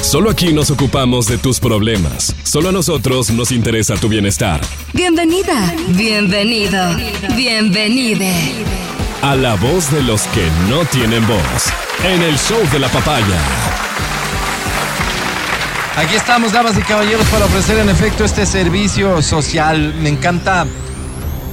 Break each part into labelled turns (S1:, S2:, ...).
S1: Solo aquí nos ocupamos de tus problemas. Solo a nosotros nos interesa tu bienestar.
S2: Bienvenida, bienvenido, bienvenide.
S1: A la voz de los que no tienen voz. En el show de la papaya.
S3: Aquí estamos, damas y caballeros, para ofrecer en efecto este servicio social. Me encanta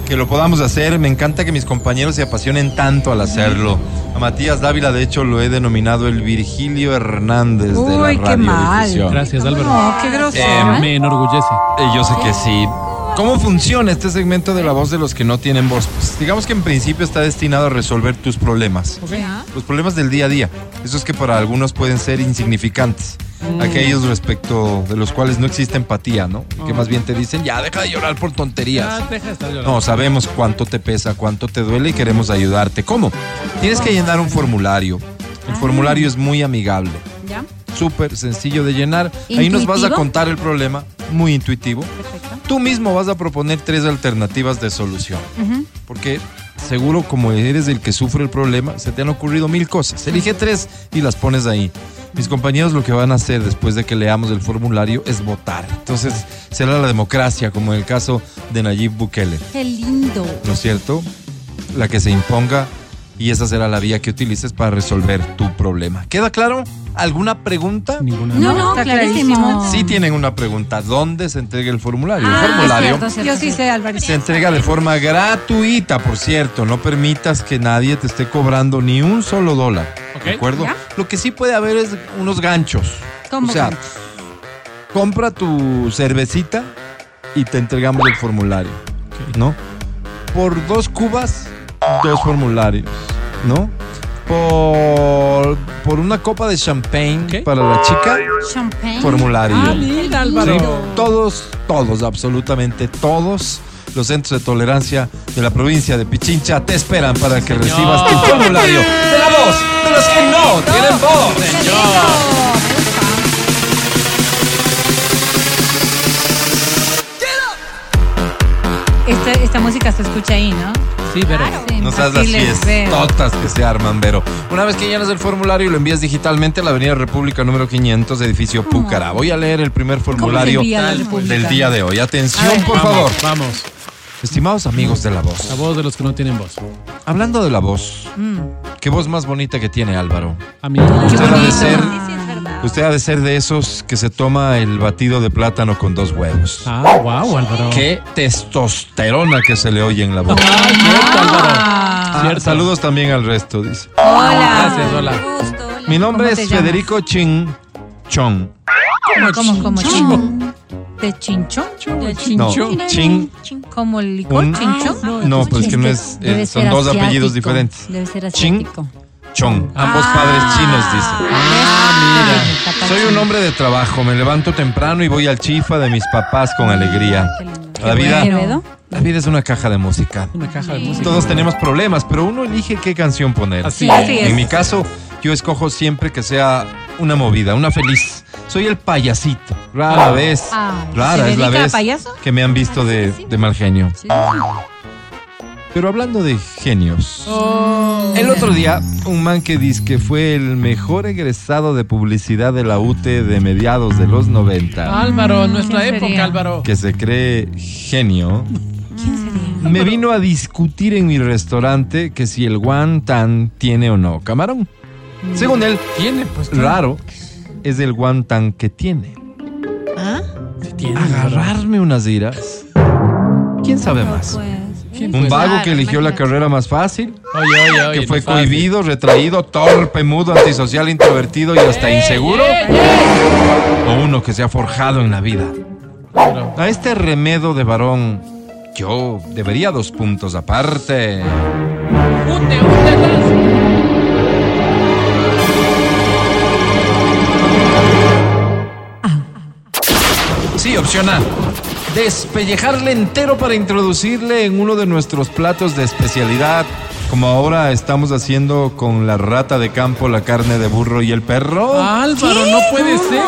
S3: que lo podamos hacer, me encanta que mis compañeros se apasionen tanto al hacerlo. A Matías Dávila, de hecho, lo he denominado el Virgilio Hernández de la
S4: Uy, qué mal.
S3: radiodifusión.
S5: Gracias, Álvaro.
S4: No, qué grosero.
S3: Eh,
S5: Me enorgullece.
S3: Eh, yo sé que sí. ¿Cómo funciona este segmento de la voz de los que no tienen voz? Pues, digamos que en principio está destinado a resolver tus problemas. Los problemas del día a día. Esos que para algunos pueden ser insignificantes. Aquellos respecto de los cuales no existe empatía, ¿no? Y que más bien te dicen, ya deja de llorar por tonterías.
S5: Ah, deja de estar llorando.
S3: No, sabemos cuánto te pesa, cuánto te duele y queremos ayudarte. ¿Cómo? Tienes que llenar un formulario. El formulario es muy amigable.
S4: ¿Ya?
S3: Súper sencillo de llenar. Ahí nos vas a
S4: ¿Intuitivo?
S3: contar el problema. Muy intuitivo.
S4: Perfecto.
S3: Tú mismo vas a proponer tres alternativas de solución.
S4: Ujú.
S3: Porque seguro como eres el que sufre el problema, se te han ocurrido mil cosas. Elige tres y las pones ahí. Mis compañeros lo que van a hacer después de que leamos el formulario es votar. Entonces será la democracia, como en el caso de Nayib Bukele,
S4: Qué lindo.
S3: ¿no es cierto? La que se imponga y esa será la vía que utilices para resolver tu problema. ¿Queda claro? ¿Alguna pregunta?
S5: Ninguna.
S4: No, no,
S6: Está
S4: clarísimo.
S6: clarísimo.
S3: Sí tienen una pregunta. ¿Dónde se entrega el formulario?
S4: Ah,
S3: el formulario.
S6: cierto, cierto,
S4: Yo sí
S6: cierto.
S4: sé, Álvaro.
S3: Se entrega de forma gratuita, por cierto. No permitas que nadie te esté cobrando ni un solo dólar.
S5: Ok.
S3: ¿De acuerdo?
S4: ¿Ya?
S3: Lo que sí puede haber es unos ganchos.
S4: ¿Cómo
S3: o sea,
S4: ganchos?
S3: compra tu cervecita y te entregamos el formulario. ¿No? Por dos cubas, dos formularios. ¿No? Por, por una copa de champagne
S5: Ok.
S3: para la chica,
S4: Champagne.
S3: formulario.
S5: Ah, mira,
S3: Sí,
S5: Álvaro.
S3: Todos, todos, absolutamente todos los centros de tolerancia de la provincia de Pichincha te esperan para que recibas tu formulario de la voz de los que no tienen voz.
S4: Qué lindo. Me gusta.
S6: Esta, esta música se escucha ahí, ¿no?
S5: Sí, pero.
S6: Sí,
S3: No sabes las
S6: así les veo.
S3: fiestotas que se arman, Vero. Una vez que llenas el formulario y lo envías digitalmente a la Avenida República número 500, edificio Púcara. Voy a leer el primer formulario
S6: Ah. envía la
S3: del
S6: República?
S3: día de hoy.
S6: A
S3: Atención,
S6: ver.
S3: por
S5: Vamos,
S3: favor.
S5: Vamos.
S3: Estimados amigos de la
S5: La
S3: voz.
S5: voz de los que no tienen voz.
S3: Hablando de la voz,
S6: Mm.
S3: ¿qué voz más bonita que tiene Álvaro?
S5: Amigo.
S3: Usted ha de
S6: bonito.
S3: ser
S6: Sí, es verdad.
S3: Usted ha de ser de esos que se toma el batido de plátano con dos huevos.
S5: Ah, wow, Álvaro.
S3: Qué testosterona que se le oye en la voz.
S5: Ah, cierto, Álvaro.
S6: Ah,
S3: Ah,
S5: cierto. Ah.
S3: saludos también al resto, dice.
S6: hola.
S5: Gracias, hola.
S3: Mi nombre
S6: ¿Cómo
S3: es
S6: te llamas? Ah,
S3: Federico Chin Chong.
S6: ¿Cómo, cómo, cómo? Chin. ¿De chinchón? ¿De
S3: No,
S6: chinchón?
S3: Chin.
S6: ¿Como el licor
S3: Un-
S6: chinchón?
S3: No, pues que no es. eh,
S6: Debe
S3: son
S6: ser
S3: dos apellidos
S6: asiático.
S3: diferentes.
S6: Debe ser
S3: Chin
S6: asiático.
S3: Chong. Ambos padres chinos, dice.
S6: Ah, mira.
S3: Soy un hombre de trabajo. Me levanto temprano y voy al chifa de mis papás con alegría. La vida,
S6: Quevedo.
S3: la vida es una caja de música.
S5: Una caja de música.
S3: Todos tenemos problemas, pero uno elige qué canción poner.
S5: Así
S6: Sí, así
S5: es.
S6: es.
S3: En mi caso, yo escojo siempre que sea una movida, una feliz. Soy el payasito. Rara
S5: Ah.
S3: vez,
S6: Ah,
S3: rara
S6: ¿se
S3: es la
S6: dedica a
S3: vez
S6: payaso?
S3: que me han visto de, de mal genio. Pero hablando de genios. El otro día, un man que dice que fue el mejor egresado de publicidad de la UT de mediados de los
S6: Ah.
S3: 90,
S5: Álvaro, nuestra
S6: ¿quién
S5: época,
S6: sería?
S5: Álvaro.
S3: que se cree genio,
S6: ¿Quién sería?
S3: me vino a discutir en mi restaurante que si el guantán tiene o no camarón. Según él,
S5: Mm. Tiene, pues.
S3: raro
S5: claro.
S3: es el guantán que tiene.
S5: Sí, tiene.
S3: Agarrarme unas iras. ¿Quién sabe más?
S5: pues,
S3: ¿Un
S5: ah,
S3: vago que eligió la carrera más fácil?
S5: Oye, oye, oye.
S3: ¿Que fue
S5: no fácil.
S3: cohibido, retraído, torpe, mudo, antisocial, introvertido y
S5: Eh,
S3: hasta inseguro? ¿O uno que se ha forjado en la vida?
S5: Álvaro.
S3: A este remedo de varón, yo debería dos puntos aparte. Sí, opción A. Despellejarle entero para introducirle en uno de nuestros platos de especialidad, como ahora estamos haciendo con la rata de campo, la carne de burro y el perro.
S5: Ah, Álvaro, no puede ser.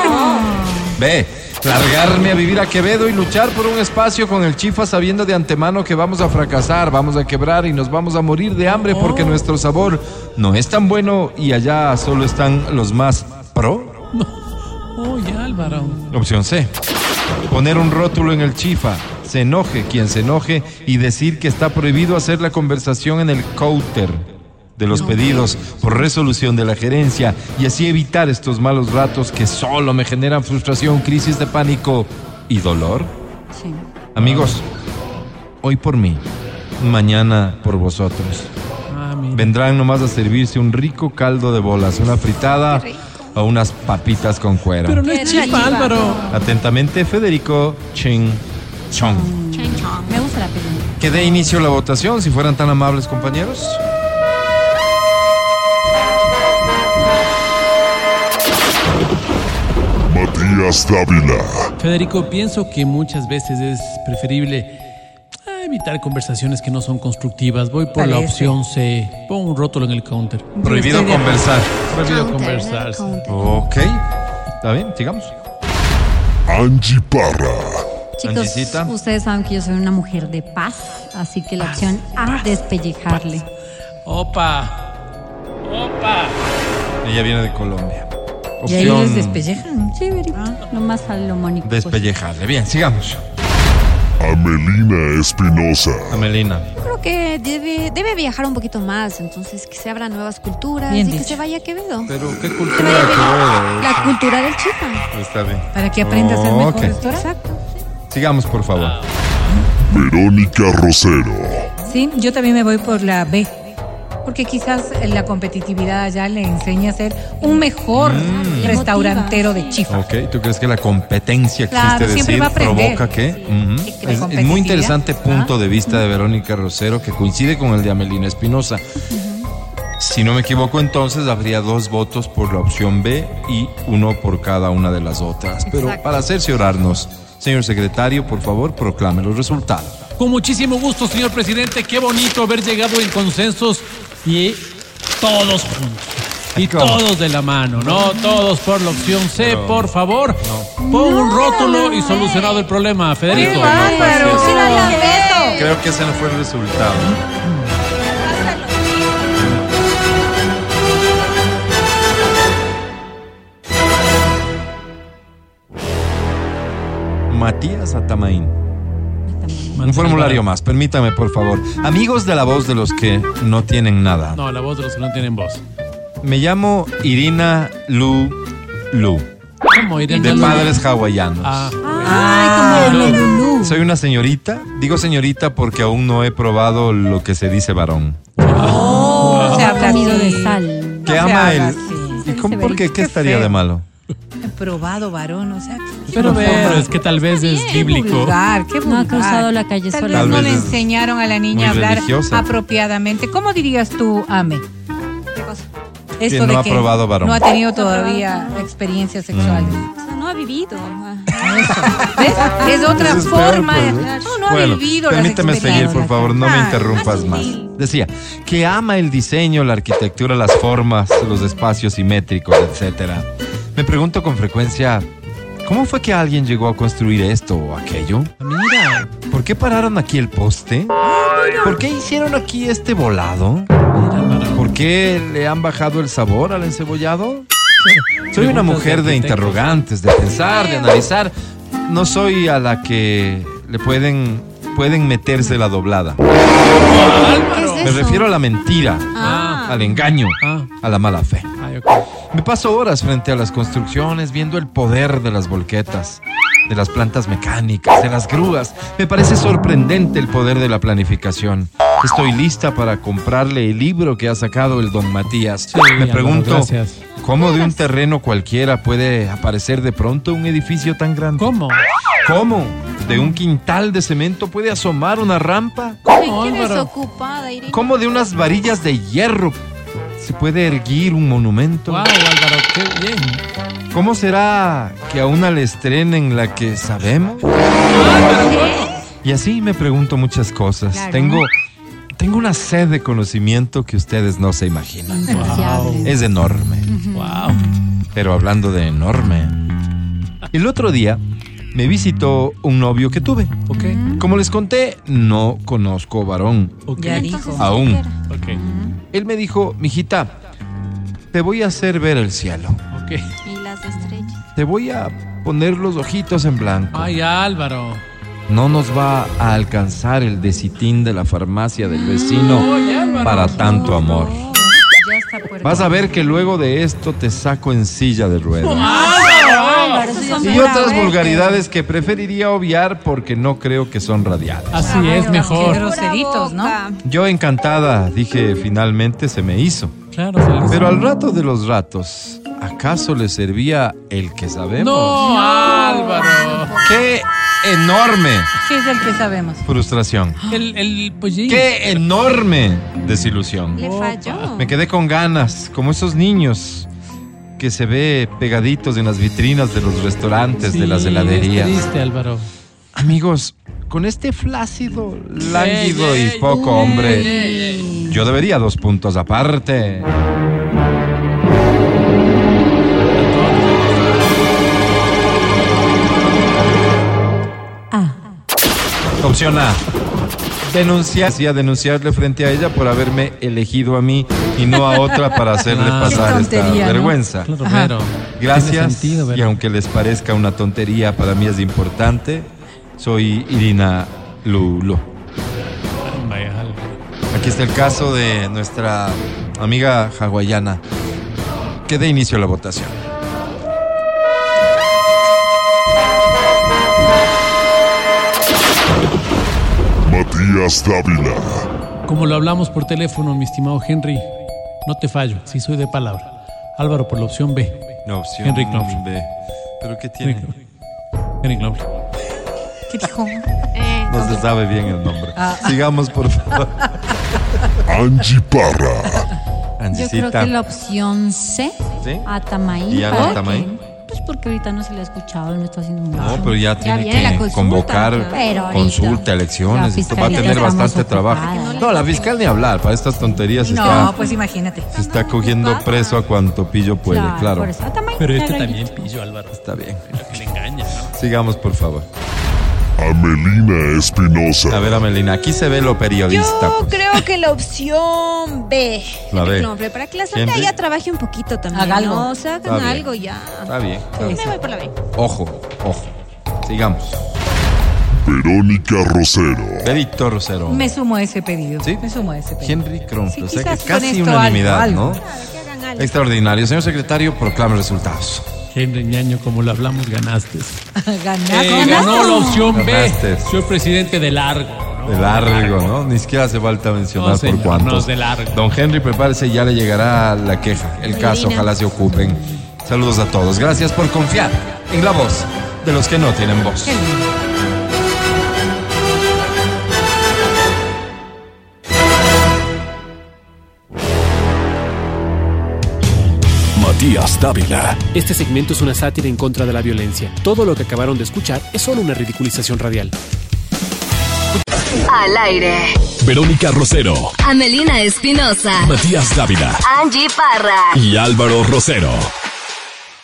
S3: B. Largarme a vivir a Quevedo y luchar por un espacio con el chifa sabiendo de antemano que vamos a fracasar, vamos a quebrar y nos vamos a morir de hambre porque nuestro sabor no es tan bueno y allá solo están los más pro.
S5: Uy, Álvaro.
S3: Opción C. Poner un rótulo en el chifa, se enoje quien se enoje y decir que está prohibido hacer la conversación en el counter de los pedidos por resolución de la gerencia y así evitar estos malos ratos que solo me generan frustración, crisis de pánico y dolor.
S6: Sí.
S3: Amigos, hoy por mí, mañana por vosotros.
S5: Ah, mira.
S3: Vendrán nomás a servirse un rico caldo de bolas, una fritada o unas papitas con cuero.
S5: Pero no es chifa,
S6: Qué rico.
S5: Álvaro.
S3: Atentamente, Federico Ching Chong.
S6: Me gusta la película.
S3: Que dé inicio la votación, si fueran tan amables, compañeros.
S7: Matías Dávila.
S5: Federico, pienso que muchas veces es preferible ah, evitar conversaciones que no son constructivas. Voy por la
S6: Parece.
S5: opción C. Pon un rótulo en el counter.
S3: Prohibido conversar.
S5: Prohibido conversar.
S3: Ok. Está bien, sigamos.
S7: Angie Parra.
S6: Chicos,
S3: Angisita.
S6: ustedes saben que yo soy una mujer de paz, así que la opción A,
S3: Ah,
S6: despellejarle.
S5: Opa. Opa.
S3: Ella viene de Colombia.
S6: Y ahí les
S3: Opción Ah.
S6: despellejan. Chéverito. Lo más salomónico. pues.
S3: despellejarle. Bien, sigamos.
S7: Amelina Espinosa.
S3: Amelina.
S8: Creo que debe, debe viajar un poquito más, entonces que se abran nuevas culturas
S6: Bien
S8: y
S6: dicho.
S8: que se vaya a Quevedo.
S3: Pero qué cultura que
S8: La cultura del chifa.
S3: Está bien.
S6: Para que aprenda a ser mejor
S3: Ok.
S6: gestora.
S8: Exacto.
S3: Sigamos, por favor.
S7: Verónica Rosero.
S6: Sí, yo también me voy por la B. Porque quizás la competitividad allá le enseña a ser un
S3: Mm.
S6: mejor restaurantero de chifa.
S3: Ok, ¿tú crees que la competencia que
S6: Claro,
S3: existe
S6: siempre
S3: decir
S6: va a aprender.
S3: provoca que? Ujú.
S6: Sí, que la
S3: Es- Es,
S6: competitividad,
S3: muy interesante
S6: ¿verdad?
S3: punto de vista de Verónica Rosero que coincide con el de Amelina Espinosa. Si no me equivoco, entonces habría dos votos por la opción B y uno por cada una de las otras. Pero
S8: Exacto.
S3: para cerciorarnos, señor secretario, por favor, proclame los resultados.
S5: Con muchísimo gusto, señor presidente. Qué bonito haber llegado en consensos y todos juntos. Y
S3: ¿Cómo?
S5: todos de la mano, ¿no? Todos por la opción C, por favor. Pon un rótulo y solucionado el problema, Federico.
S6: bárbaro!
S5: Sí,
S6: la
S3: Creo que ese no fue el resultado. Matías Atamaín. Un formulario más, permítame por favor. Amigos de la voz de los que no tienen nada.
S5: No, la voz de los que no tienen voz.
S3: Me llamo Irina Lu Lu,
S5: ¿Cómo iré
S3: de padres hawaianos.
S5: Ah,
S6: Ay, como
S5: Lulu.
S6: Lulú.
S3: Soy una señorita, digo señorita porque aún no he probado lo que se dice varón.
S6: O sea,
S8: Comido de
S6: sí.
S8: sal.
S3: que
S6: se
S3: ama
S6: haga
S3: él.
S6: así.
S3: ¿Y
S6: Sí,
S3: cómo,
S6: se
S3: por
S6: ve.
S3: qué? ¿Qué
S6: Qué
S3: estaría
S6: feo.
S3: de malo?
S6: Probado varón, o sea.
S5: pero
S6: qué
S5: pero es que tal vez es bíblico.
S6: vulgar, qué
S8: No ha
S6: vulgar.
S8: cruzado la calle
S6: Tal
S8: sola.
S6: vez no
S3: Tal
S6: le
S3: vez es
S6: enseñaron a la
S3: muy
S6: niña a hablar
S3: religiosa.
S6: apropiadamente. ¿Cómo dirías tú, Ame? Esto
S3: Que no
S6: de
S3: ha probado varón. Mm.
S6: No ha tenido todavía experiencias sexuales.
S8: O sea, no ha vivido.
S6: ¿Ves? Es otra
S3: Eso es peor,
S6: forma. de-
S3: pues.
S6: no, no
S3: Bueno,
S6: ha vivido las
S3: Permíteme seguir,
S6: experiencias. Ah,
S3: por favor, no me
S6: Ay,
S3: interrumpas más.
S6: sutil.
S3: Decía, que ama el diseño, la arquitectura, las formas, los espacios simétricos, etcétera. Me pregunto con frecuencia, ¿cómo fue que alguien llegó a construir esto o aquello?
S5: Mira,
S3: ¿Por qué pararon aquí el poste? ¿Por qué hicieron aquí este volado? ¿Por qué le han bajado el sabor al encebollado? Soy una
S5: Preguntas
S3: mujer de
S5: arquitectos.
S3: interrogantes, de pensar, de analizar. No soy a la que le pueden, pueden meterse la doblada.
S8: ¿Qué es
S3: Me
S8: eso?
S3: refiero a la mentira,
S5: Ah.
S3: al engaño,
S5: Ah.
S3: a la mala fe.
S5: Ay, ok.
S3: Me paso horas frente a las construcciones viendo el poder de las volquetas, de las plantas mecánicas, de las grúas. Me parece sorprendente el poder de la planificación. Estoy lista para comprarle el libro que ha sacado el don Matías.
S5: Sí,
S3: Me
S5: Álvaro,
S3: pregunto,
S5: gracias.
S3: ¿cómo de un terreno cualquiera puede aparecer de pronto un edificio tan grande?
S5: ¿Cómo?
S3: ¿Cómo? ¿De un quintal de cemento puede asomar una rampa?
S5: ¿Cómo,
S8: ¿Quién es
S5: Álvaro?
S8: ocupada, Irene?
S3: ¿Cómo de unas varillas de hierro se puede erguir un monumento?
S5: Wow, Álvaro, qué bien.
S3: ¿Cómo será que a una le estrenen la que sabemos? Y así me pregunto muchas cosas.
S6: Claro.
S3: Tengo, tengo una sed de conocimiento que ustedes no se imaginan.
S8: Insaciable.
S3: Es enorme.
S5: Wow.
S3: Pero hablando de enorme. El otro día me visitó un novio que tuve.
S5: Ok,
S3: Como les conté, no conozco varón
S5: ok,
S6: Ya
S8: Entonces,
S6: dijo.
S3: aún.
S5: ok,
S3: Él me dijo, mijita, te voy a hacer ver el cielo.
S5: ok.
S8: Y la las estrellas.
S3: Te voy a poner los ojitos en blanco.
S5: Ay, Álvaro.
S3: No nos va a alcanzar el decitín de la farmacia del vecino para tanto amor.
S6: Ya está puerco.
S3: Vas a ver que luego de esto te saco en silla de ruedas.
S6: Álvaro, eso ya
S3: Y
S6: suena
S3: otras
S6: fuerte.
S3: vulgaridades que preferiría obviar porque no creo que son radiales.
S5: Así es
S6: Qué
S5: mejor.
S6: groseritos, ¿no?
S8: Pura boca.
S3: Yo encantada, dije finalmente se me hizo.
S5: Claro, se les-
S3: Pero al rato de los ratos, ¿acaso le servía el que sabemos?
S5: No, Álvaro.
S3: ¡Qué enorme
S6: Sí, es el que sabemos.
S3: frustración!
S5: El, el, pues, sí.
S3: ¡Qué enorme desilusión!
S8: Le falló.
S3: Ah, Me quedé con ganas, como esos niños que se ve pegaditos en las vitrinas de los restaurantes, de las
S5: Sí,
S3: heladerías.
S5: Es triste, Álvaro.
S3: Amigos, con este flácido, lánguido
S5: Ey,
S3: y
S5: ey,
S3: poco
S5: ey,
S3: hombre,
S5: ey, ey.
S3: yo debería dos puntos aparte.
S6: Ah.
S3: Opción A. Denunciar, sí, a denunciarle frente a ella por haberme elegido a mí y no a otra para hacerle
S5: Ah.
S3: pasar
S6: Qué tontería,
S3: esta
S6: ¿no?
S3: vergüenza.
S5: Claro, pero. tiene
S3: Gracias.
S5: sentido,
S3: y
S5: ¿verdad?
S3: aunque les parezca una tontería, para mí es importante. Soy Irina Lulo.
S5: Vaya, Álvaro.
S3: Aquí está el caso de nuestra amiga hawaiana. Que dé inicio a la votación.
S7: Matías Dávila,
S5: Como lo hablamos por teléfono, mi estimado Henry, no te fallo, si soy de palabra. Álvaro, por la opción B.
S3: No, opción
S5: Henry Knopfler.
S3: B. ¿Pero qué tiene?
S5: Henry, Henry Knopfler.
S6: ¿Qué dijo?
S8: Eh,
S3: No se sabe bien el nombre. Sigamos, por favor.
S7: Angie Parra,
S4: Yo creo que la opción C,
S3: ¿Sí?
S8: Ah,
S4: Atamaín.
S3: ¿Y Ana
S4: ¿para qué?
S3: Atamaín?
S4: Pues porque ahorita no se le ha escuchado, no está haciendo
S3: No,
S4: mucho.
S3: pero ya tiene
S8: viene la
S3: que
S8: consulta,
S3: convocar
S8: claro.
S4: Pero ahorita,
S3: consulta, elecciones.
S4: la
S3: Esto va a
S4: fiscalía
S3: tener
S4: estamos
S3: bastante trabajo.
S4: ocupadas.
S3: No, la fiscal ni hablar. Para estas tonterías está,
S6: No, pues imagínate.
S3: se está cogiendo preso a cuanto pillo puede, claro.
S4: Por eso, Atamaín.
S5: Pero este
S4: claro,
S5: también
S4: ahorita.
S5: pillo, Álvaro.
S3: Está bien.
S5: Que le engaña, ¿no?
S3: Sigamos, por favor.
S7: Amelina Espinosa,
S3: A ver, Amelina, aquí se ve lo periodista.
S8: Yo
S3: pues.
S8: creo que la opción B.
S3: La B.
S8: Henry, para que la Santa
S3: Henry.
S8: ya trabaje un poquito también.
S6: Haga algo.
S8: ¿no? O sea, hagan
S3: Está bien.
S8: algo ya.
S3: Está bien. está
S8: Me
S3: bien.
S8: voy por la B.
S3: Ojo, ojo. Sigamos.
S7: Verónica Rosero,
S3: Benito Rosero.
S6: Me sumo a ese pedido.
S3: ¿Sí?
S6: Me sumo a ese pedido.
S3: Henry Kronfeld.
S6: Sí,
S3: o sea que
S6: quizás
S3: es
S6: con
S3: casi
S6: esto
S3: unanimidad,
S6: algo,
S3: ¿no?
S6: algo.
S8: Hagan algo.
S3: Extraordinario. Señor secretario, proclame resultados.
S5: Henry Ñaño, como lo hablamos, ganaste.
S6: Ganar.
S5: Eh, ganó la opción
S3: Ganaste.
S5: B. Soy presidente de largo. ¿no?
S3: De largo, ¿no? Ni siquiera hace falta mencionar
S5: No, señor,
S3: por cuántos.
S5: no, de largo.
S3: Don Henry, prepárese, ya le llegará la queja, el caso, ojalá se ocupen. Saludos a todos. Gracias por confiar en la voz de los que no tienen voz.
S1: Matías Dávila.
S9: Este segmento es una sátira en contra de la violencia. Todo lo que acabaron de escuchar es solo una ridiculización radial.
S2: Al aire.
S1: Verónica Rosero.
S2: Amelina Espinosa.
S1: Matías Dávila.
S2: Angie Parra.
S1: Y Álvaro Rosero.